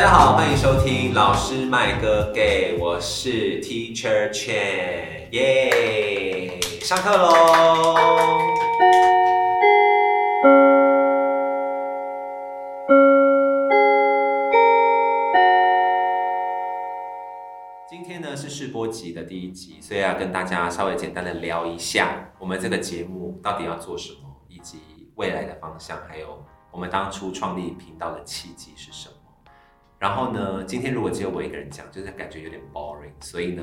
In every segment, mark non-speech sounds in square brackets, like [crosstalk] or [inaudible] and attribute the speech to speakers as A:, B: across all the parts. A: 欢迎收听老师麦哥给，我是 Teacher Chen，耶、上课喽！今天呢是试播集的第一集，所以要跟大家稍微简单的聊一下我们这个节目到底要做什么，以及未来的方向，还有我们当初创立频道的契机是什么。然后呢，今天如果只有我一个人讲，就是感觉有点 boring，所以呢，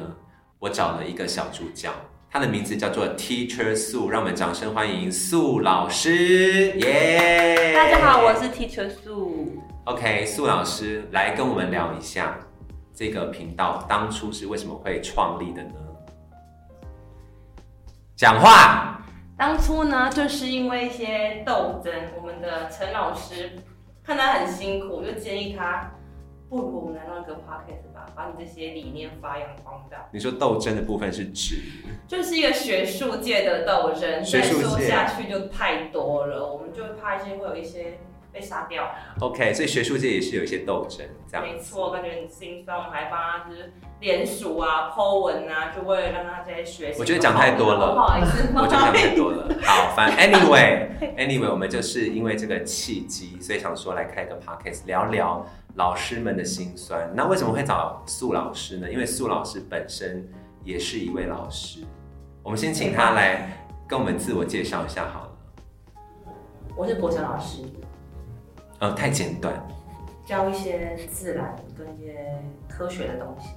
A: 我找了一个小助教，他的名字叫做 Teacher 素，让我们掌声欢迎素老师，耶、
B: 大家好，我是 Teacher 素。
A: OK，素老师来跟我们聊一下这个频道当初是为什么会创立的呢？讲话，
B: 当初呢，就是因为一些斗争，我们的陈老师看他很辛苦，就建议他，不如我们来弄一个 podcast 吧，把你这些理念发扬光大。
A: 你说斗争的部分是指
B: 就是一个学术界的斗争，
A: 学
B: 再
A: 术界
B: 说下去就太多了，我们就怕一些会有一些被杀掉。
A: OK，所以学术界也是有一些斗争，这样
B: 没错，感觉很心酸，我们还帮他就是联署啊、po 文啊，就为了让他这些学习。
A: 我觉得讲太多了
B: 不好意思，
A: 我就想太多了。 [laughs] 好，反 anyway anyway，我们就是因为这个契机，所以想说来开一个 podcast 聊聊老师们的辛酸。那为什么会找素老师呢？因为素老师本身也是一位老师，我们先请他来跟我们自我介绍一下好了。
B: [laughs] 我是国成老师。
A: 呃，太简短，
B: 教一些自然跟一些科学的东西，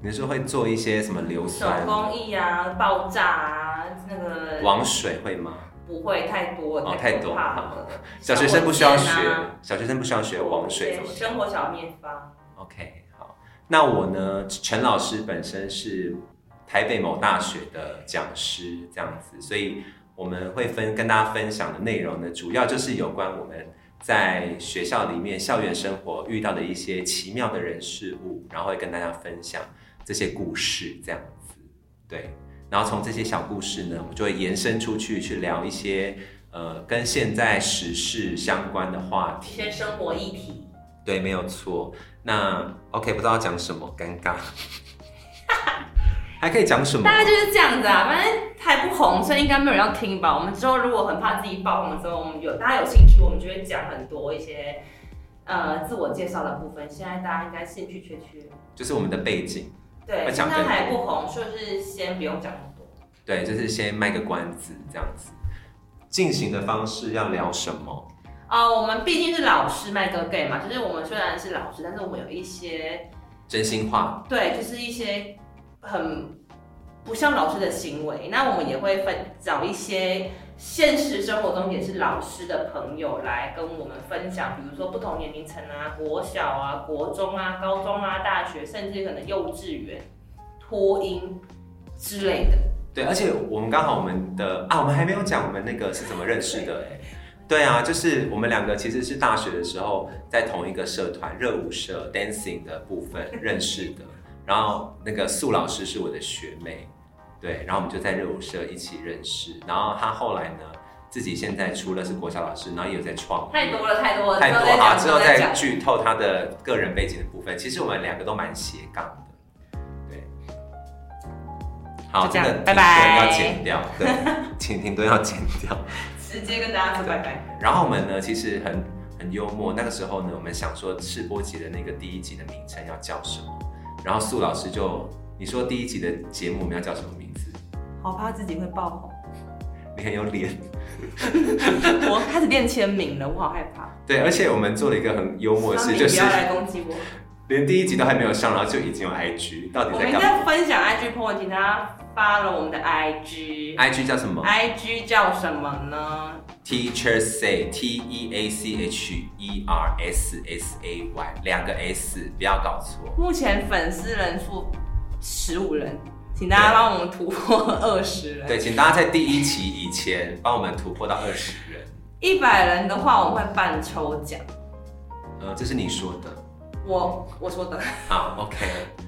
A: 你是会做一些什么硫
B: 手
A: 酸、
B: 工艺啊、爆炸啊，那个
A: 王水会吗？
B: 不会太多，
A: 哦太多
B: 可怕了。
A: 小学生不需要学
B: 小火箭啊，
A: 小学生不需要学王水怎么
B: 对
A: 调
B: 生活小秘方，
A: OK，好，那我呢，陈老师本身是台北某大学的讲师，这样子，所以我们会分跟大家分享的内容呢，主要就是有关我们在学校里面校园生活遇到的一些奇妙的人事物，然后会跟大家分享这些故事，这样子，对。然后从这些小故事呢，我们就会延伸出去去聊一些呃跟现在时事相关的话
B: 一
A: 题，
B: 些生活议题。
A: 对，没有错。那 OK，不知道讲什么，尴尬。 [laughs] 还可以讲什么
B: 大？概就是这样子啊，反正还不红，所以应该没有人要听吧。我们之后如果很怕自己爆红的时候，我们有大家有兴趣，我们就会讲很多一些呃自我介绍的部分。现在大家应该兴趣缺缺，
A: 就是我们的背景，
B: 对，
A: 要讲
B: 现
A: 更多
B: 在还不红，就是先不用讲那么多。
A: 对，就是先卖个关子这样子。进行的方式要聊什么？
B: 啊、我们毕竟是老师麦哥 gay 嘛，就是我们虽然是老师，但是我们有一些
A: 真心话，
B: 对，就是一些很不像老师的行为。那我们也会分找一些现实生活中也是老师的朋友来跟我们分享，比如说不同年龄层啊，国小啊、国中啊、高中啊、大学，甚至可能幼稚园、托婴之类的。
A: 对，而且我们刚好我们的啊，我们还没有讲我们那个是怎么认识的哎、对啊，就是我们两个其实是大学的时候在同一个社团热舞社 dancing 的部分认识 [laughs] 的，然后那个素老师是我的学妹，对，然后我们就在热舞社一起认识，然后她后来呢自己现在除了是国小老师，然后也有在创
B: 太
A: 业
B: 多了，太多了，
A: 太
B: 之后
A: 多
B: 再
A: 好，
B: 讲
A: 之后
B: 再
A: 再
B: 讲。
A: 剧透她的个人背景的部分，其实我们两个都蛮斜杠的。好，
B: 就
A: 这
B: 这样
A: 个停
B: 拜拜
A: 顿要剪掉，
B: [laughs]
A: 对，请停顿要剪掉。
B: 直接跟大家说拜拜。
A: 然后我们呢，其实很很幽默。那个时候呢，我们想说试播集的那个第一集的名称要叫什么，然后素老师就你说第一集的节目我们要叫什么名字？
B: 好怕自己会爆红。
A: 你很有脸。
B: 我开始练签名了，我好害怕。
A: 对，而且我们做了一个很幽默的
B: 商
A: 事，
B: 品
A: 就是
B: 不要来攻击我。
A: 连第一集都还没有上，然后就已经有 IG，到底
B: 我
A: 在
B: 们
A: 干嘛
B: 在分享 IG po 文，请大家发了我们的 IG。
A: ？IG 叫什么
B: IG 叫什么呢？
A: ？Teacher say T E A C H E R S S A Y 两个 S，不要搞错。
B: 目前粉丝人数十五人，请大家帮我们突破二十人。
A: 对，请大家在第一期以前帮我们突破到二十人。
B: 一百人的话，我们会办抽奖。
A: 呃，这是你说的。
B: 我我说的，
A: 好，OK。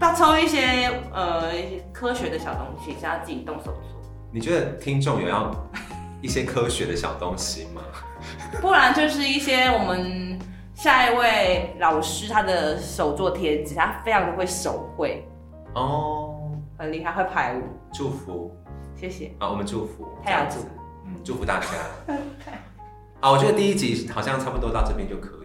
B: 他抽一些呃一些科学的小东西，请大家自己动手做，
A: 你觉得听众有要一些科学的小东西吗？
B: 不然就是一些我们下一位老师他的手作贴纸，他非常的会手绘，
A: 哦，
B: 很厉害，会排舞。
A: 祝福
B: 谢谢。
A: 啊，我们祝福
B: 太阳
A: 这样子嗯，祝福大家。啊，我觉得第一集好像差不多到这边就可以了。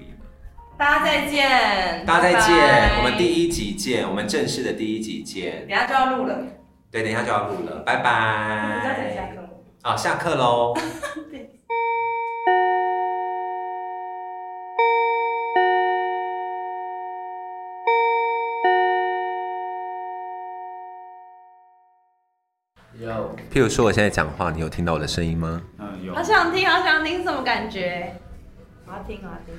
B: 大家再见，
A: 大家再见，
B: 嗯拜拜
A: 我们第一集见，我们正式的第一集见
B: 等。一下就要录了，
A: 对，等一下就要录了，拜
B: 不知道等一下
A: 拜。
B: 可能。
A: 好、下课喽。
C: 有，
A: 譬如说，我现在讲话，你有听到我的声音吗？
C: 嗯有
B: 好。想听，好想听，什么感觉？我要听，我要听，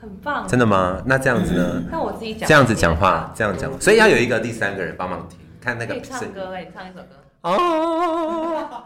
B: 很棒。
A: 真的吗？那这样子呢？
B: 那我自己讲，
A: 这样子讲话，这样讲话，所以要有一个第三个人帮忙听，看那
B: 可
A: 个
B: 以唱
A: 声音
B: 歌，可以唱一首歌。
A: 哦。